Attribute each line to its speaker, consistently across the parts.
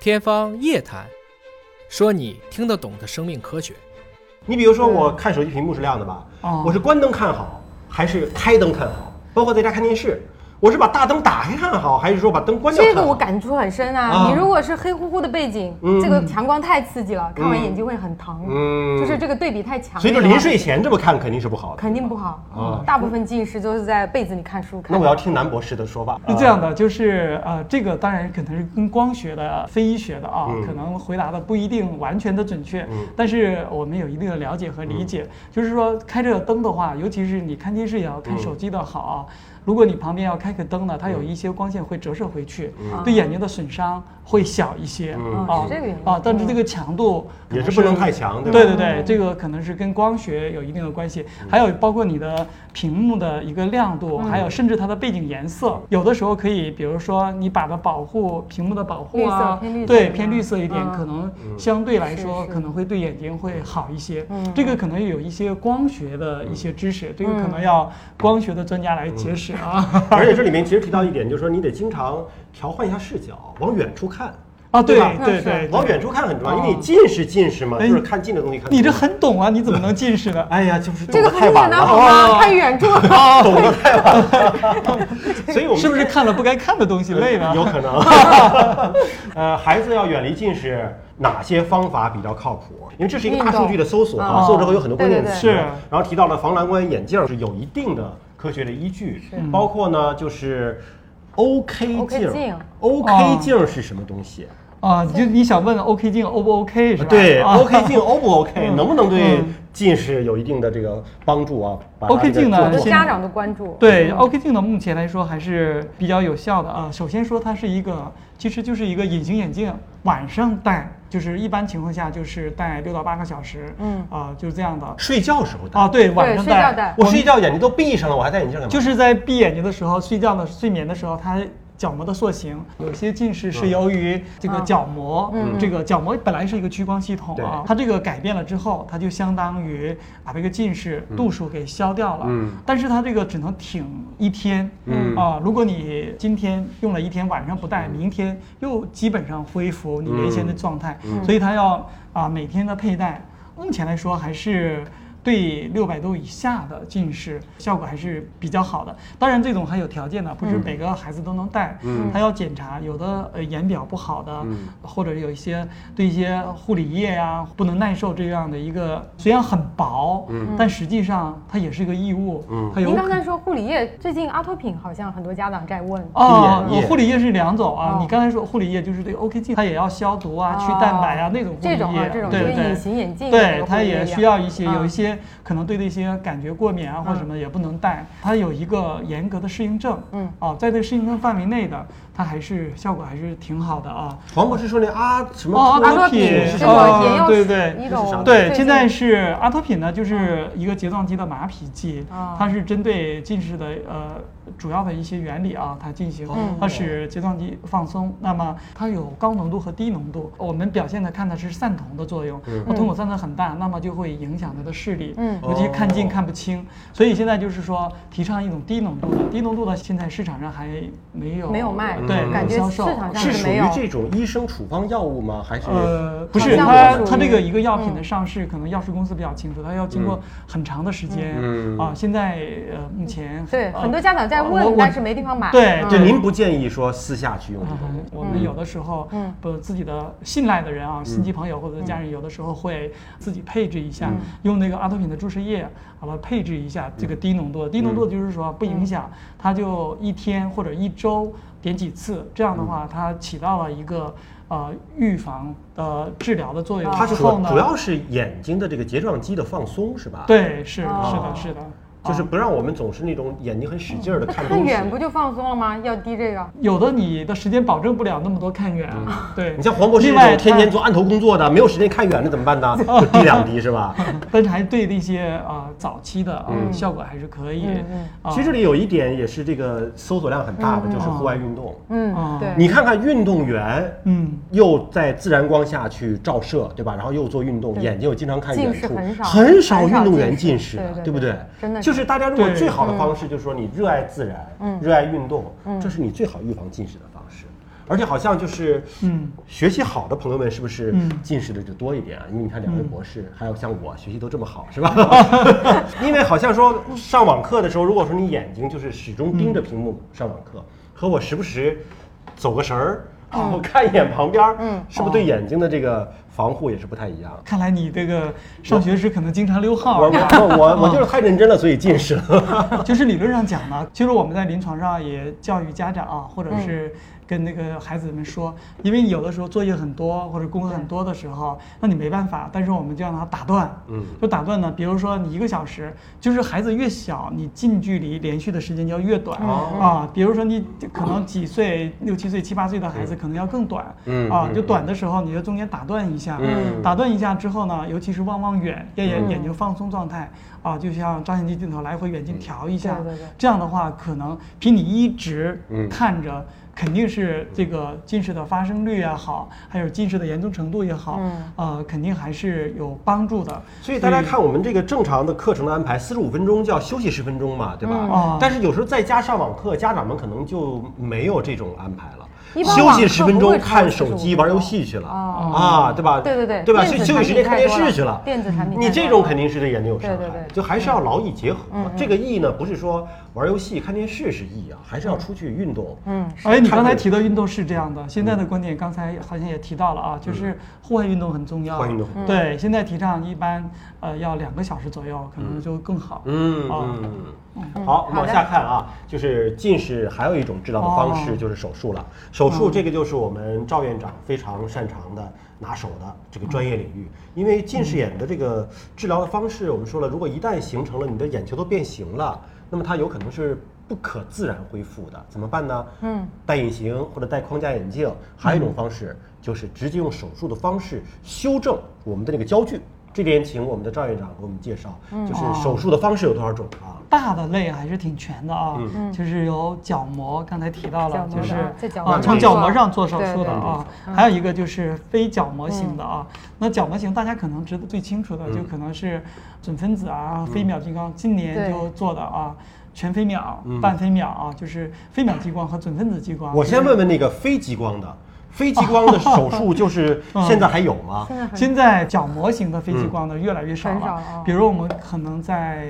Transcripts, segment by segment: Speaker 1: 天方夜谭，说你听得懂的生命科学。
Speaker 2: 你比如说，我看手机屏幕是亮的吧？
Speaker 3: 哦
Speaker 2: 我是关灯看好，还是开灯看好？包括在家看电视，我是把大灯打开看好，还是说把灯关掉
Speaker 4: 这
Speaker 2: 看好？
Speaker 4: 个我感触很深啊！
Speaker 2: 啊
Speaker 4: 你如果是黑乎乎的背景，
Speaker 2: 嗯
Speaker 4: 这个强光太刺激了，看完眼睛会很疼，
Speaker 2: 嗯
Speaker 4: 就是这个对比太强
Speaker 2: 所
Speaker 4: 烈
Speaker 2: 以
Speaker 4: 了。
Speaker 2: 就临睡前这么看肯定是不好的。
Speaker 4: 肯定不好。
Speaker 2: 啊
Speaker 4: 大部分近视都是在被子里看书
Speaker 2: 那
Speaker 4: 看
Speaker 2: 我。要听南博士的说法。
Speaker 3: 是这样的，就是呃，这个当然可能是跟光学的、非医学的啊，
Speaker 2: 嗯
Speaker 3: 可能回答的不一定完全的准确，
Speaker 2: 嗯
Speaker 3: 但是我们有一定的了解和理解。就是说，开着灯的话，尤其是你看电视也要
Speaker 2: 嗯
Speaker 3: 看手机的好啊。如果你旁边要开个灯呢，它有一些光线会折射回去，对眼睛的损伤会小一些、
Speaker 2: 嗯
Speaker 3: 啊
Speaker 4: 哦。是这个原因
Speaker 3: 啊，但是这个强度可
Speaker 2: 也
Speaker 3: 能
Speaker 2: 是不能太强，对吧？嗯
Speaker 3: 对对对，这个可能是跟光学有一定的关系，还有包括你的屏幕的一个亮度，
Speaker 4: 嗯
Speaker 3: 还有甚至它的背景颜色，有的时候可以，比如说你把它保护屏幕的保护啊
Speaker 4: 绿色偏绿色，
Speaker 3: 对
Speaker 4: 一点
Speaker 3: 偏绿色一点，
Speaker 4: 嗯
Speaker 3: 可能相对来说
Speaker 4: 是是嗯
Speaker 3: 可能会对眼睛会好一些。这个可能有一些光学的一些知识，这个可能要光学的专家来解释
Speaker 4: 嗯
Speaker 3: 啊。
Speaker 2: 而且这里面其实提到一点，就是说你得经常调换一下视角，往远处看。
Speaker 3: 啊，对
Speaker 2: 对吧
Speaker 3: 对
Speaker 4: 是
Speaker 3: 对，
Speaker 2: 往
Speaker 3: 对
Speaker 2: 远处 看很重要，
Speaker 3: 哦
Speaker 2: 因为你近视近视嘛，
Speaker 3: 哎
Speaker 2: 就是看近的东西看。
Speaker 3: 你这，很懂啊，你怎么能近视呢？
Speaker 2: 哎呀，就是
Speaker 4: 这个
Speaker 2: 懂得
Speaker 4: 不是
Speaker 2: 太晚
Speaker 4: 拿好
Speaker 2: 了，
Speaker 4: 吗？看远处。
Speaker 2: 懂得太晚了， 所以我们
Speaker 3: 是不是看了不该看的东西累了？
Speaker 2: 有可 能。呃，孩子要远离近视，哪些方法比较靠谱？因为这是一个大数据的搜索啊，
Speaker 4: 运动
Speaker 2: 搜索之后有很多关键词。
Speaker 3: 哦对对对是
Speaker 2: 然后提到了防蓝光眼镜是有一定的科学的依据，包括呢就是。OK 镜
Speaker 4: OK 镜
Speaker 2: ，OK 镜是什么东西？
Speaker 3: 啊，你就你想问 OK 镜 O 不 OK 是吧？
Speaker 2: 对
Speaker 3: 啊
Speaker 2: ，OK 镜 O 不 OK，能不能对
Speaker 3: 嗯
Speaker 2: 近视有一定的这个帮助啊把它
Speaker 3: OK 镜呢
Speaker 2: 这个做
Speaker 4: 很多
Speaker 2: 好
Speaker 3: 是
Speaker 4: 家长都关注。
Speaker 3: 对 OK 镜呢，目前来说还是比较有效的啊。首先说它是一个，其实就是一个隐形眼镜，晚上戴，就是一般情况下就是戴六到八个小时，
Speaker 4: 嗯
Speaker 3: 啊，就是这样的
Speaker 2: 睡觉时候戴
Speaker 3: 啊。对，晚上
Speaker 4: 睡觉戴
Speaker 2: 我睡觉眼睛都闭上了，我还戴眼镜干嘛？
Speaker 3: 就是在闭眼睛的时候，睡觉的睡眠的时候，它角膜的塑形，有些近视是由于这个角膜，这个角膜本来是一个屈光系统
Speaker 2: 嗯
Speaker 3: 啊
Speaker 2: 对，
Speaker 3: 它这个改变了之后，它就相当于把这个近视度数给消掉了，
Speaker 2: 嗯
Speaker 3: 但是它这个只能挺一天，
Speaker 2: 嗯
Speaker 3: 啊，如果你今天用了一天，晚上不戴，明天又基本上恢复你原先的状态，
Speaker 2: 嗯
Speaker 3: 所以它要啊每天的佩戴，目前来说还是。对六百度以下的近视效果还是比较好的，当然这种还有条件的，不是每个孩子都能戴，他要检查，有的呃眼表不好的，或者有一些对一些护理液呀、不能耐受这样的一个，虽然很薄，但实际上它也是一个异物，它有
Speaker 4: 您刚
Speaker 3: 可
Speaker 4: 才说护理液，最近阿托品好像很多家长在问。
Speaker 3: 哦，
Speaker 2: 护理液
Speaker 3: 我护理液是两种啊
Speaker 4: 哦，
Speaker 3: 你刚才说护理液就是这个 OK 镜，它也要消毒啊、去蛋白啊那种护理
Speaker 4: 这
Speaker 3: 液，
Speaker 4: 种啊，这种就
Speaker 3: 对
Speaker 4: 是
Speaker 3: 对对
Speaker 4: 隐形眼镜的那
Speaker 3: 对
Speaker 4: 个，护
Speaker 3: 它
Speaker 4: 理液一样。
Speaker 3: 也需要一些，
Speaker 4: 嗯
Speaker 3: 有一些可能对这些感觉过敏啊或者什么的也不能戴，它有一个严格的适应症，
Speaker 4: 嗯，
Speaker 3: 哦，在这个适应症范围内的，它还是效果还是挺好的啊。
Speaker 2: 黄博士说那啊什么
Speaker 3: 哦
Speaker 2: 脱
Speaker 4: 阿托
Speaker 3: 品
Speaker 4: 品
Speaker 2: 是
Speaker 4: 这
Speaker 2: 什
Speaker 4: 个
Speaker 2: 么？
Speaker 3: 哦
Speaker 4: 也要
Speaker 3: 对对
Speaker 4: 一
Speaker 2: 啊这是啥
Speaker 4: 种
Speaker 3: 对，
Speaker 4: 最
Speaker 3: 现在
Speaker 4: 近
Speaker 3: 是阿托品呢，就是一个睫状肌的麻皮剂，
Speaker 4: 啊
Speaker 3: 它是针对近视的呃主要的一些原理啊，它进
Speaker 4: 哦
Speaker 3: 行、它使睫状肌放松。那么它有高浓度和低浓度，我们表现的看的是散瞳的作用，它瞳孔散的很大，那么就会影响它的视力，
Speaker 4: 嗯
Speaker 3: 尤其看近
Speaker 2: 哦
Speaker 3: 看不清。所以现在就是说提倡一种低浓度的，低浓度的现在市场上还没有
Speaker 4: 没有卖
Speaker 3: 对，
Speaker 4: 感
Speaker 3: 没有
Speaker 4: 觉
Speaker 3: 销售
Speaker 4: 市场上
Speaker 2: 是
Speaker 4: 是
Speaker 2: 属
Speaker 4: 没
Speaker 2: 于
Speaker 4: 有
Speaker 2: 这种医生处方药物吗？还是
Speaker 3: 呃，不是，
Speaker 4: 像嗯
Speaker 3: 它
Speaker 4: 不属
Speaker 3: 它这
Speaker 4: 于
Speaker 3: 个一个药品的上市，可能药师公司比较清楚，它要经过很长的时间。
Speaker 2: 嗯
Speaker 3: 啊，现在呃，目前
Speaker 4: 对
Speaker 3: 呃
Speaker 4: 很多家长在
Speaker 3: 我
Speaker 4: 问
Speaker 3: 我，
Speaker 4: 但是没嗯地方买。
Speaker 3: 对
Speaker 4: 嗯
Speaker 2: 就您不建议说私下去用这
Speaker 3: 啊
Speaker 2: 种？
Speaker 3: 我们有的时候，
Speaker 4: 嗯
Speaker 3: 不自己的信赖的人啊，
Speaker 2: 嗯
Speaker 3: 亲戚朋友或者家人，有的时候会自己配置一下，用那个阿托品的注射液，好了，配置一下这个
Speaker 2: 嗯
Speaker 3: 低浓度的。低浓度就是说不
Speaker 4: 嗯
Speaker 3: 影响，它就一天或者一周点几次，这样的
Speaker 2: 嗯
Speaker 3: 话，它起到了一个呃预防呃治疗的作用。
Speaker 4: 啊
Speaker 2: 它是
Speaker 3: 之
Speaker 2: 主
Speaker 3: 后呢
Speaker 2: 主要是眼睛的这个睫状肌的放松是吧？，
Speaker 3: 嗯对，是是
Speaker 4: 哦
Speaker 3: 的，是的，
Speaker 2: 就是不让我们总是那种眼睛很使劲儿的
Speaker 4: 那
Speaker 2: 看
Speaker 4: 看
Speaker 2: 东西。
Speaker 4: 哦远不就放松了吗？要滴这个。
Speaker 3: 有的你的时间保证不了那么多看远啊，对。
Speaker 2: 嗯你像黄博士
Speaker 3: 另
Speaker 2: 这
Speaker 3: 外
Speaker 2: 种天天
Speaker 3: 它，
Speaker 2: 做案头工作的，没有时间看远了怎么办 呢？就滴两滴是吧？
Speaker 3: 但是还对那些啊早期的啊效果还是可以啊。
Speaker 2: 嗯其实这里有一点也是这个搜索量很大的，就是户外运动。
Speaker 4: 嗯
Speaker 3: 哦，
Speaker 4: 对。
Speaker 2: 你看看运动员，
Speaker 3: 嗯，
Speaker 2: 又在自然光下去照射，对吧？然后又做运动，眼睛又经常看远处，
Speaker 4: 近视很少
Speaker 2: 少
Speaker 4: 很少
Speaker 2: 运动员近
Speaker 4: 近
Speaker 2: 视
Speaker 4: 视
Speaker 2: 的，
Speaker 4: 对对
Speaker 2: 不对？
Speaker 4: 真的是
Speaker 2: 就是大家如果
Speaker 3: 对嗯
Speaker 2: 最好的方式，就是说你热爱自然，热爱运动，这是你最好预防近视的方式。而且好像就是，
Speaker 3: 嗯，
Speaker 2: 学习好的朋友们是不是
Speaker 3: 嗯
Speaker 2: 近视的就多一点啊？因为你看两位
Speaker 3: 嗯
Speaker 2: 博士，还有像我学习都这么好， 是吧？因为好像说上网课的时候，如果说你眼睛就是始终盯着屏幕上网课，和我时不时走个神儿，
Speaker 3: 嗯
Speaker 2: 我看一眼旁边儿，
Speaker 4: 嗯
Speaker 2: 是不是对眼睛的这个防护也是不太一样？
Speaker 3: 看来你这个上学时可能经常溜号啊
Speaker 2: 我
Speaker 3: 儿，是吧
Speaker 2: 我我我就是太认真了，所以近视了。
Speaker 3: 就是理论上讲呢，其实我们在临床上也教育家长
Speaker 2: 嗯
Speaker 3: 啊，或者是跟那个孩子们说，因为你有的时候作业很多或者功课很多的时候，那你没办法，但是我们就让他打断，
Speaker 2: 嗯
Speaker 3: 就打断呢，比如说你一个小时，就是孩子越小，你近距离连续的时间就要越短、
Speaker 2: 哦
Speaker 3: 啊，比如说你可能几岁，六七岁、七八岁的孩子可能要更短，
Speaker 2: 嗯
Speaker 3: 啊
Speaker 2: 嗯，
Speaker 3: 就短的时候你就中间打断一下，
Speaker 2: 嗯
Speaker 3: 打断一下之后呢，尤其是望望远，要眼
Speaker 4: 嗯
Speaker 3: 眼睛放松状态啊，就像照相机镜头来回远
Speaker 2: 嗯
Speaker 3: 近调一下，
Speaker 4: 对对对
Speaker 3: 这样的话可能比你一直
Speaker 2: 嗯
Speaker 3: 看着。肯定是这个近视的发生率也好，还有近视的严重程度也好，
Speaker 4: 嗯
Speaker 3: 呃，肯定还是有帮助的。
Speaker 2: 所以大家看我们这个正常的课程的安排，四十五分钟叫休息十分钟嘛，对吧？
Speaker 4: 嗯
Speaker 3: 哦
Speaker 2: 但是有时候在家上网课，家长们可能就没有这种安排了。
Speaker 4: 一般
Speaker 2: 休
Speaker 4: 网
Speaker 2: 息
Speaker 4: 课
Speaker 2: 十分
Speaker 4: 不
Speaker 2: 钟，
Speaker 4: 会超
Speaker 2: 看
Speaker 4: 过
Speaker 2: 手
Speaker 4: 15
Speaker 2: 机
Speaker 4: 分
Speaker 2: 玩游
Speaker 4: 钟
Speaker 2: 戏去了
Speaker 4: 哦
Speaker 2: 啊，对吧？
Speaker 4: 对对对
Speaker 2: 对吧？
Speaker 4: 电
Speaker 2: 休休息
Speaker 4: 子产
Speaker 2: 时间
Speaker 4: 品
Speaker 2: 看
Speaker 4: 太
Speaker 2: 电
Speaker 4: 多了
Speaker 2: 视去了，
Speaker 4: 电子产品
Speaker 2: 你
Speaker 4: 太
Speaker 2: 这
Speaker 4: 多
Speaker 2: 种
Speaker 4: 了
Speaker 2: 肯定是对眼睛有伤害。
Speaker 4: 对对对
Speaker 2: 就还是要劳逸结合。
Speaker 4: 嗯嗯
Speaker 2: 这个益呢，不是说玩游戏、看电视是益啊，还是要出去运动。
Speaker 4: 嗯，
Speaker 3: 哎，你刚才
Speaker 2: 看
Speaker 3: 提到运动是这样的，现在的观点刚才好像也提到了啊，就是户外运动很重要。
Speaker 2: 嗯户外运动很重
Speaker 4: 嗯
Speaker 3: 对，现在提倡一般呃要两个小时左右，可能就更好。
Speaker 2: 嗯
Speaker 3: 哦
Speaker 2: 嗯
Speaker 4: 嗯
Speaker 2: 好，我们
Speaker 4: 好
Speaker 2: 往
Speaker 4: 的
Speaker 2: 下看啊，就是近视还有一种治疗的方式
Speaker 3: 哦
Speaker 2: 就是手术了。手术这个就是我们赵院长非常擅长的拿手的这个专业领域，因为近视眼的这个治疗的方式，我们说了，如果一旦形成了你的眼球都变形了，那么它有可能是。不可自然恢复的怎么办呢？
Speaker 4: 嗯，
Speaker 2: 戴隐形或者戴框架眼镜，还有一种方式就是直接用手术的方式修正我们的那个焦距。这点请我们的赵院长给我们介绍，就是
Speaker 3: 哦
Speaker 2: 手术的方式有多少种啊？
Speaker 3: 大的类还是挺全的啊
Speaker 2: 嗯，
Speaker 3: 就是有角膜，刚才提到了
Speaker 4: 角，膜
Speaker 3: 就是
Speaker 4: 啊在角膜
Speaker 3: 啊
Speaker 4: 上
Speaker 3: 从角
Speaker 4: 做
Speaker 3: 膜上做手
Speaker 4: 对
Speaker 3: 术
Speaker 4: 嗯
Speaker 3: 的
Speaker 4: 对
Speaker 3: 啊，还有一个就是非角膜型的啊。那角膜型大家可能知道最清
Speaker 2: 嗯
Speaker 3: 楚的，就可能是准分子啊、飞秒激光，今年
Speaker 4: 对
Speaker 3: 就做的啊。全飞秒
Speaker 2: 嗯、
Speaker 3: 半飞秒啊，就是飞秒激光和准分子激光。
Speaker 2: 我
Speaker 3: 就
Speaker 2: 先
Speaker 3: 是
Speaker 2: 问问那个非激光的，非激光的手术就是
Speaker 3: 嗯
Speaker 2: 现在还有吗？
Speaker 4: 现在很嗯
Speaker 3: 现在角膜型的非激光呢越来越少
Speaker 4: 很少了
Speaker 3: 了
Speaker 4: 啊，
Speaker 3: 比如我们可能在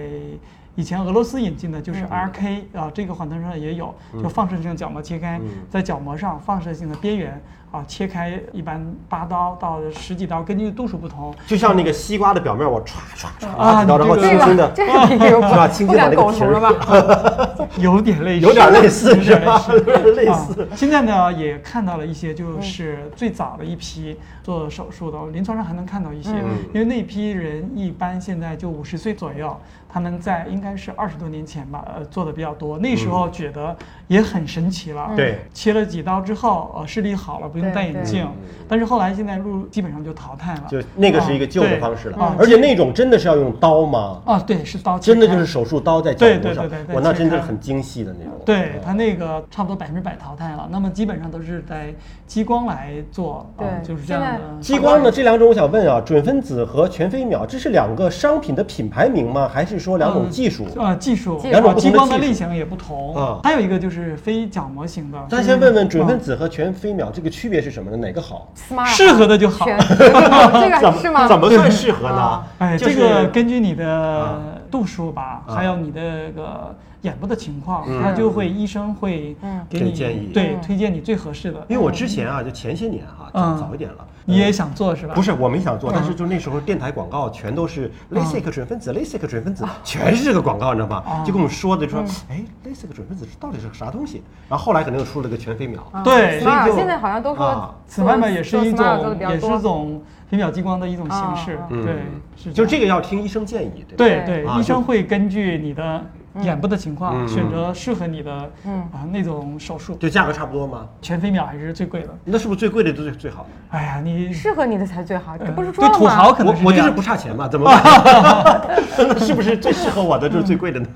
Speaker 3: 以前俄罗斯引进的就是
Speaker 4: 嗯
Speaker 3: RK 啊，这个缓冲上也有，就放射性角膜切开
Speaker 2: 嗯，
Speaker 3: 在角膜上放射性的边缘啊切开，一般八刀到十几刀，根据度数不同。
Speaker 2: 就像那个西瓜的表面，我唰唰唰拿
Speaker 3: 啊
Speaker 2: 几刀，然后
Speaker 3: 你
Speaker 2: 轻
Speaker 4: 这
Speaker 2: 轻的
Speaker 4: 个，这个比喻
Speaker 2: 是吧
Speaker 4: 我
Speaker 2: 轻轻
Speaker 4: 不
Speaker 2: 地把
Speaker 4: 敢
Speaker 2: 那个
Speaker 4: 苟
Speaker 2: 皮
Speaker 4: 同
Speaker 2: 儿
Speaker 4: 了吧？
Speaker 3: 有点类似，
Speaker 2: 有点类似是
Speaker 3: 有点
Speaker 2: 吧？有点类似。嗯
Speaker 3: 啊。现在呢，也看到了一些，就是最早的一批做手术的，临床上还能看到一些，
Speaker 2: 嗯
Speaker 3: 因为那批人一般现在就五十岁左右，他们在应该是二十多年前吧，呃，做的比较多。那时候觉得也很神奇了，啊
Speaker 4: 嗯
Speaker 2: 对，
Speaker 3: 切了几刀之后，呃，视力好了，不用
Speaker 4: 对
Speaker 3: 戴眼
Speaker 4: 对
Speaker 3: 镜
Speaker 2: 嗯。
Speaker 3: 但是后来现在入基本上就淘汰了，
Speaker 2: 就那个是一个旧的
Speaker 3: 对
Speaker 2: 方式了
Speaker 3: 啊，
Speaker 2: 而且那种真的是要用刀吗？
Speaker 3: 啊，对，是刀切
Speaker 2: 真的
Speaker 3: 开
Speaker 2: 就是手术刀在角膜
Speaker 3: 对对
Speaker 2: 上
Speaker 3: 对对，对
Speaker 2: 我那
Speaker 3: 切
Speaker 2: 真的是
Speaker 3: 开
Speaker 2: 很精细的那种。
Speaker 3: 对它那个差不多百分之百淘汰了，那么基本上都是在激光来做，
Speaker 4: 对
Speaker 3: 啊就是这样
Speaker 4: 现在
Speaker 3: 的。
Speaker 2: 激光的这两种，我想问啊，准分子和全飞秒，这是两个商品的品牌名吗？还是说两种技术？
Speaker 3: 呃，技术，
Speaker 4: 技术两
Speaker 2: 种不同的
Speaker 3: 激光的
Speaker 2: 技术
Speaker 3: 类型也不同。
Speaker 2: 啊
Speaker 3: 还有一个就是非角膜型的，
Speaker 2: 咱先问
Speaker 3: 嗯
Speaker 2: 问准分子和全飞秒这个区别是什么呢？哪个好？
Speaker 4: smart
Speaker 3: 适合的就好。
Speaker 4: 全 这个是吗？
Speaker 2: 怎么算适合呢？
Speaker 3: 哎，
Speaker 2: 就是
Speaker 3: 这个根据你的
Speaker 2: 啊
Speaker 3: 度数吧，
Speaker 2: 啊
Speaker 3: 还有你的个眼部的情况，
Speaker 2: 嗯
Speaker 3: 他就会医生会
Speaker 4: 嗯
Speaker 3: 给
Speaker 2: 给
Speaker 3: 你
Speaker 2: 建议
Speaker 3: 对
Speaker 4: 嗯
Speaker 3: 推荐你最合适的。
Speaker 2: 因为我之前啊，就前些年啊，
Speaker 3: 嗯
Speaker 2: 早一点了，呃
Speaker 3: 你也想做是吧？
Speaker 2: 不是我没想做，
Speaker 3: 嗯
Speaker 2: 但是就那时候电台广告全都是 LASIK 准分子，LASIK 准分子全是这个广告，你知道吗
Speaker 3: 啊？
Speaker 2: 就跟我们说的说，哎，LASIK 准分子到底是个啥东西？然后后来可能又出了个全飞秒，
Speaker 3: 对
Speaker 2: 所以
Speaker 4: 啊，
Speaker 2: 就
Speaker 4: 现在好像都
Speaker 2: 啊
Speaker 4: 说
Speaker 3: 此外呢，也是一
Speaker 4: smart 做的
Speaker 3: 种
Speaker 4: 比较
Speaker 3: 也是
Speaker 4: 多
Speaker 3: 一
Speaker 2: 嗯
Speaker 3: 种飞秒激光的一种形式
Speaker 4: 啊啊，
Speaker 3: 对，是
Speaker 2: 就
Speaker 3: 样
Speaker 2: 这个要听医生建议，对吧？
Speaker 3: 对
Speaker 4: 对
Speaker 3: 对
Speaker 2: 啊，
Speaker 3: 医
Speaker 2: 就
Speaker 3: 生会根据你的眼部的情况
Speaker 2: 嗯
Speaker 3: 选择适合你的
Speaker 4: 嗯
Speaker 3: 啊那种手术，
Speaker 2: 就价格差不多吗？
Speaker 3: 全飞秒还是最贵的。
Speaker 2: 那是不是最贵的就是最好？
Speaker 3: 哎呀，你
Speaker 4: 适合你的才最好，这
Speaker 3: 呃
Speaker 4: 不是说
Speaker 3: 对
Speaker 4: 了吗？
Speaker 3: 土豪可能
Speaker 2: 我我
Speaker 3: 这
Speaker 2: 就是
Speaker 3: 样
Speaker 2: 不差钱嘛，怎么 办？ 那是不是最适合我的就是最贵的呢？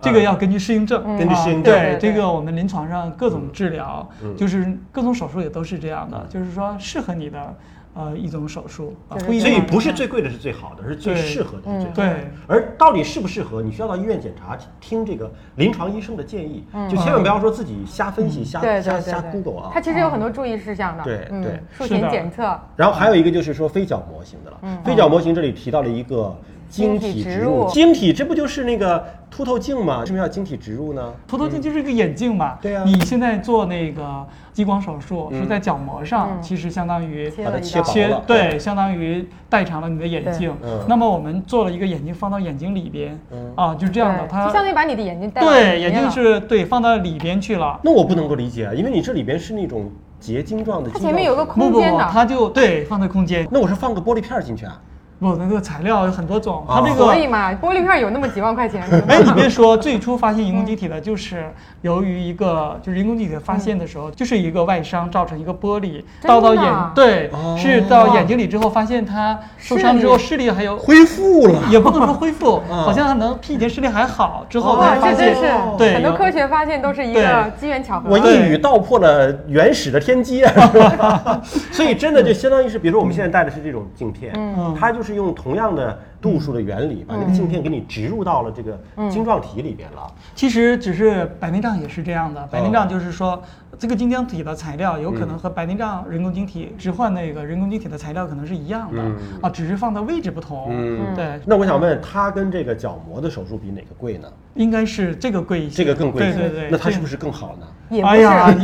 Speaker 3: 这个要根据适应症，
Speaker 4: 嗯
Speaker 2: 根据适应症
Speaker 3: 啊对
Speaker 4: 对
Speaker 3: 这
Speaker 4: 对
Speaker 3: 个我们临床上各种治疗
Speaker 2: 嗯，
Speaker 3: 就是各种手术也都是这样的，就是说适合你的呃一种手术啊，
Speaker 4: 就是
Speaker 3: 不一
Speaker 2: 所
Speaker 3: 定
Speaker 2: 以
Speaker 3: 要
Speaker 2: 不是最贵的是最好的，是最适合
Speaker 4: 嗯
Speaker 2: 的是最好的。
Speaker 3: 对
Speaker 2: 而到底适不适合，你需要到医院检查，听这个临床医生的建议，就千万不要说自己瞎分析、瞎
Speaker 4: 嗯对
Speaker 2: 瞎
Speaker 4: 对
Speaker 2: 瞎
Speaker 4: 对
Speaker 2: Google
Speaker 4: 对，
Speaker 2: 啊
Speaker 4: 它。其实有很多注意事项的。
Speaker 2: 对
Speaker 4: 嗯
Speaker 2: 对
Speaker 4: 术
Speaker 3: 是
Speaker 4: 前
Speaker 3: 的
Speaker 4: 检测，
Speaker 2: 然后还有一个就是说飞角模型的了，飞角模型这里提到了一个晶体植入，
Speaker 4: 嗯晶体植入
Speaker 2: 晶体这不就是那个凸透镜吗？为什么要晶体植入呢？
Speaker 3: 凸透镜就是一个眼镜嘛，
Speaker 2: 嗯对啊
Speaker 3: 你现在做那个激光手术是在角膜上，
Speaker 4: 嗯
Speaker 3: 其实相当于
Speaker 4: 切
Speaker 2: 把它
Speaker 4: 了一
Speaker 2: 切
Speaker 4: 刀
Speaker 2: 薄。
Speaker 3: 切
Speaker 2: 了
Speaker 3: 对，相当于代偿了你的眼睛
Speaker 2: 对嗯。
Speaker 3: 那么我们做了一个眼睛放到眼睛里边
Speaker 2: 嗯，
Speaker 3: 啊，就是这样的，
Speaker 4: 对就相
Speaker 3: 它
Speaker 4: 当于把你的眼睛戴到
Speaker 3: 对
Speaker 4: 里面
Speaker 3: 眼睛
Speaker 4: 了
Speaker 3: 是对放到里边去了。
Speaker 2: 那我不能够理解，啊因为你这里边是那种结晶状的
Speaker 4: 它
Speaker 2: 晶状体，
Speaker 4: 前面有个
Speaker 3: 不
Speaker 4: 空
Speaker 3: 不
Speaker 4: 间
Speaker 3: 不，
Speaker 4: 的，
Speaker 3: 它就对放在空间。
Speaker 2: 那我是放个玻璃片儿进去啊？
Speaker 3: 不，那个材料有很多种，它
Speaker 2: 啊
Speaker 3: 这
Speaker 4: 所以
Speaker 3: 个。
Speaker 4: 嘛，玻璃片有那么几万 块钱，是吧
Speaker 3: 哎，你别说，最初发现人
Speaker 4: 嗯
Speaker 3: 工晶体的，就是由于一个，就是人工晶体的发现的时候，就是一个外伤造成一个玻璃
Speaker 4: 嗯真
Speaker 3: 到到
Speaker 4: 的
Speaker 3: 眼
Speaker 4: 啊，
Speaker 3: 对
Speaker 2: 哦，
Speaker 3: 是到眼睛里之后，发现它受伤之后视力还有，
Speaker 2: 恢复了。
Speaker 3: 也不能说恢复，
Speaker 2: 啊
Speaker 3: 好像它能比以前视力还好之
Speaker 2: 哦
Speaker 3: 后
Speaker 4: 哇，
Speaker 3: 才发
Speaker 4: 这真
Speaker 3: 现，
Speaker 4: 是
Speaker 3: 对
Speaker 4: 很多科学发现都是一个机缘巧合。
Speaker 3: 啊
Speaker 2: 我一语道破了原始的天机，啊 所以真的就相当于是，比如说我们现在戴的是这种镜片，
Speaker 3: 嗯
Speaker 2: 它就是用同样的度数的原理，把那个镜片给你植入到了这个
Speaker 3: 嗯
Speaker 2: 晶状体里边了。
Speaker 3: 其实只是白内障也是这样
Speaker 2: 嗯
Speaker 3: 的，白内障就是说、这个晶浆体的材料有可能和
Speaker 2: 嗯
Speaker 3: 白内障人工晶体置换那个人工晶体的材料可能是一样的、
Speaker 2: 嗯
Speaker 3: 啊，只是放的位置不同。
Speaker 2: 嗯
Speaker 3: 对，
Speaker 2: 那我想问，它跟这个角膜的手术比哪个贵呢？
Speaker 3: 应该是这个贵一
Speaker 2: 这
Speaker 3: 些，
Speaker 2: 个更贵一些，
Speaker 3: 对对对，
Speaker 2: 那它
Speaker 3: 这
Speaker 2: 是不是更好呢？
Speaker 4: 也不
Speaker 3: 哎
Speaker 4: 是，
Speaker 3: 呀，你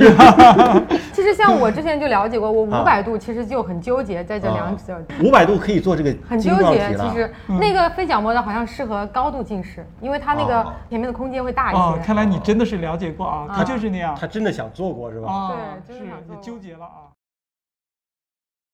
Speaker 4: 其实像我之前就了解过，我
Speaker 2: 啊
Speaker 4: 五百度其实就很纠结在这
Speaker 3: 啊
Speaker 4: 两者，
Speaker 2: 五百度可以做这个
Speaker 4: 很
Speaker 2: 晶
Speaker 4: 纠
Speaker 2: 状体
Speaker 4: 结。
Speaker 2: 了。
Speaker 4: 其实
Speaker 3: 嗯
Speaker 4: 那个非角膜的好像适合高度近视，因为它那个
Speaker 2: 哦
Speaker 4: 前面的空间会大一
Speaker 3: 啊 哦，
Speaker 4: 些。
Speaker 2: 嗯
Speaker 3: 看来你真的是了解过啊，
Speaker 4: 啊
Speaker 3: 它就是那样
Speaker 2: 他真真的想做过是吧？
Speaker 3: 啊，
Speaker 4: 对真的
Speaker 3: 是
Speaker 4: 想做
Speaker 3: 也纠结了啊。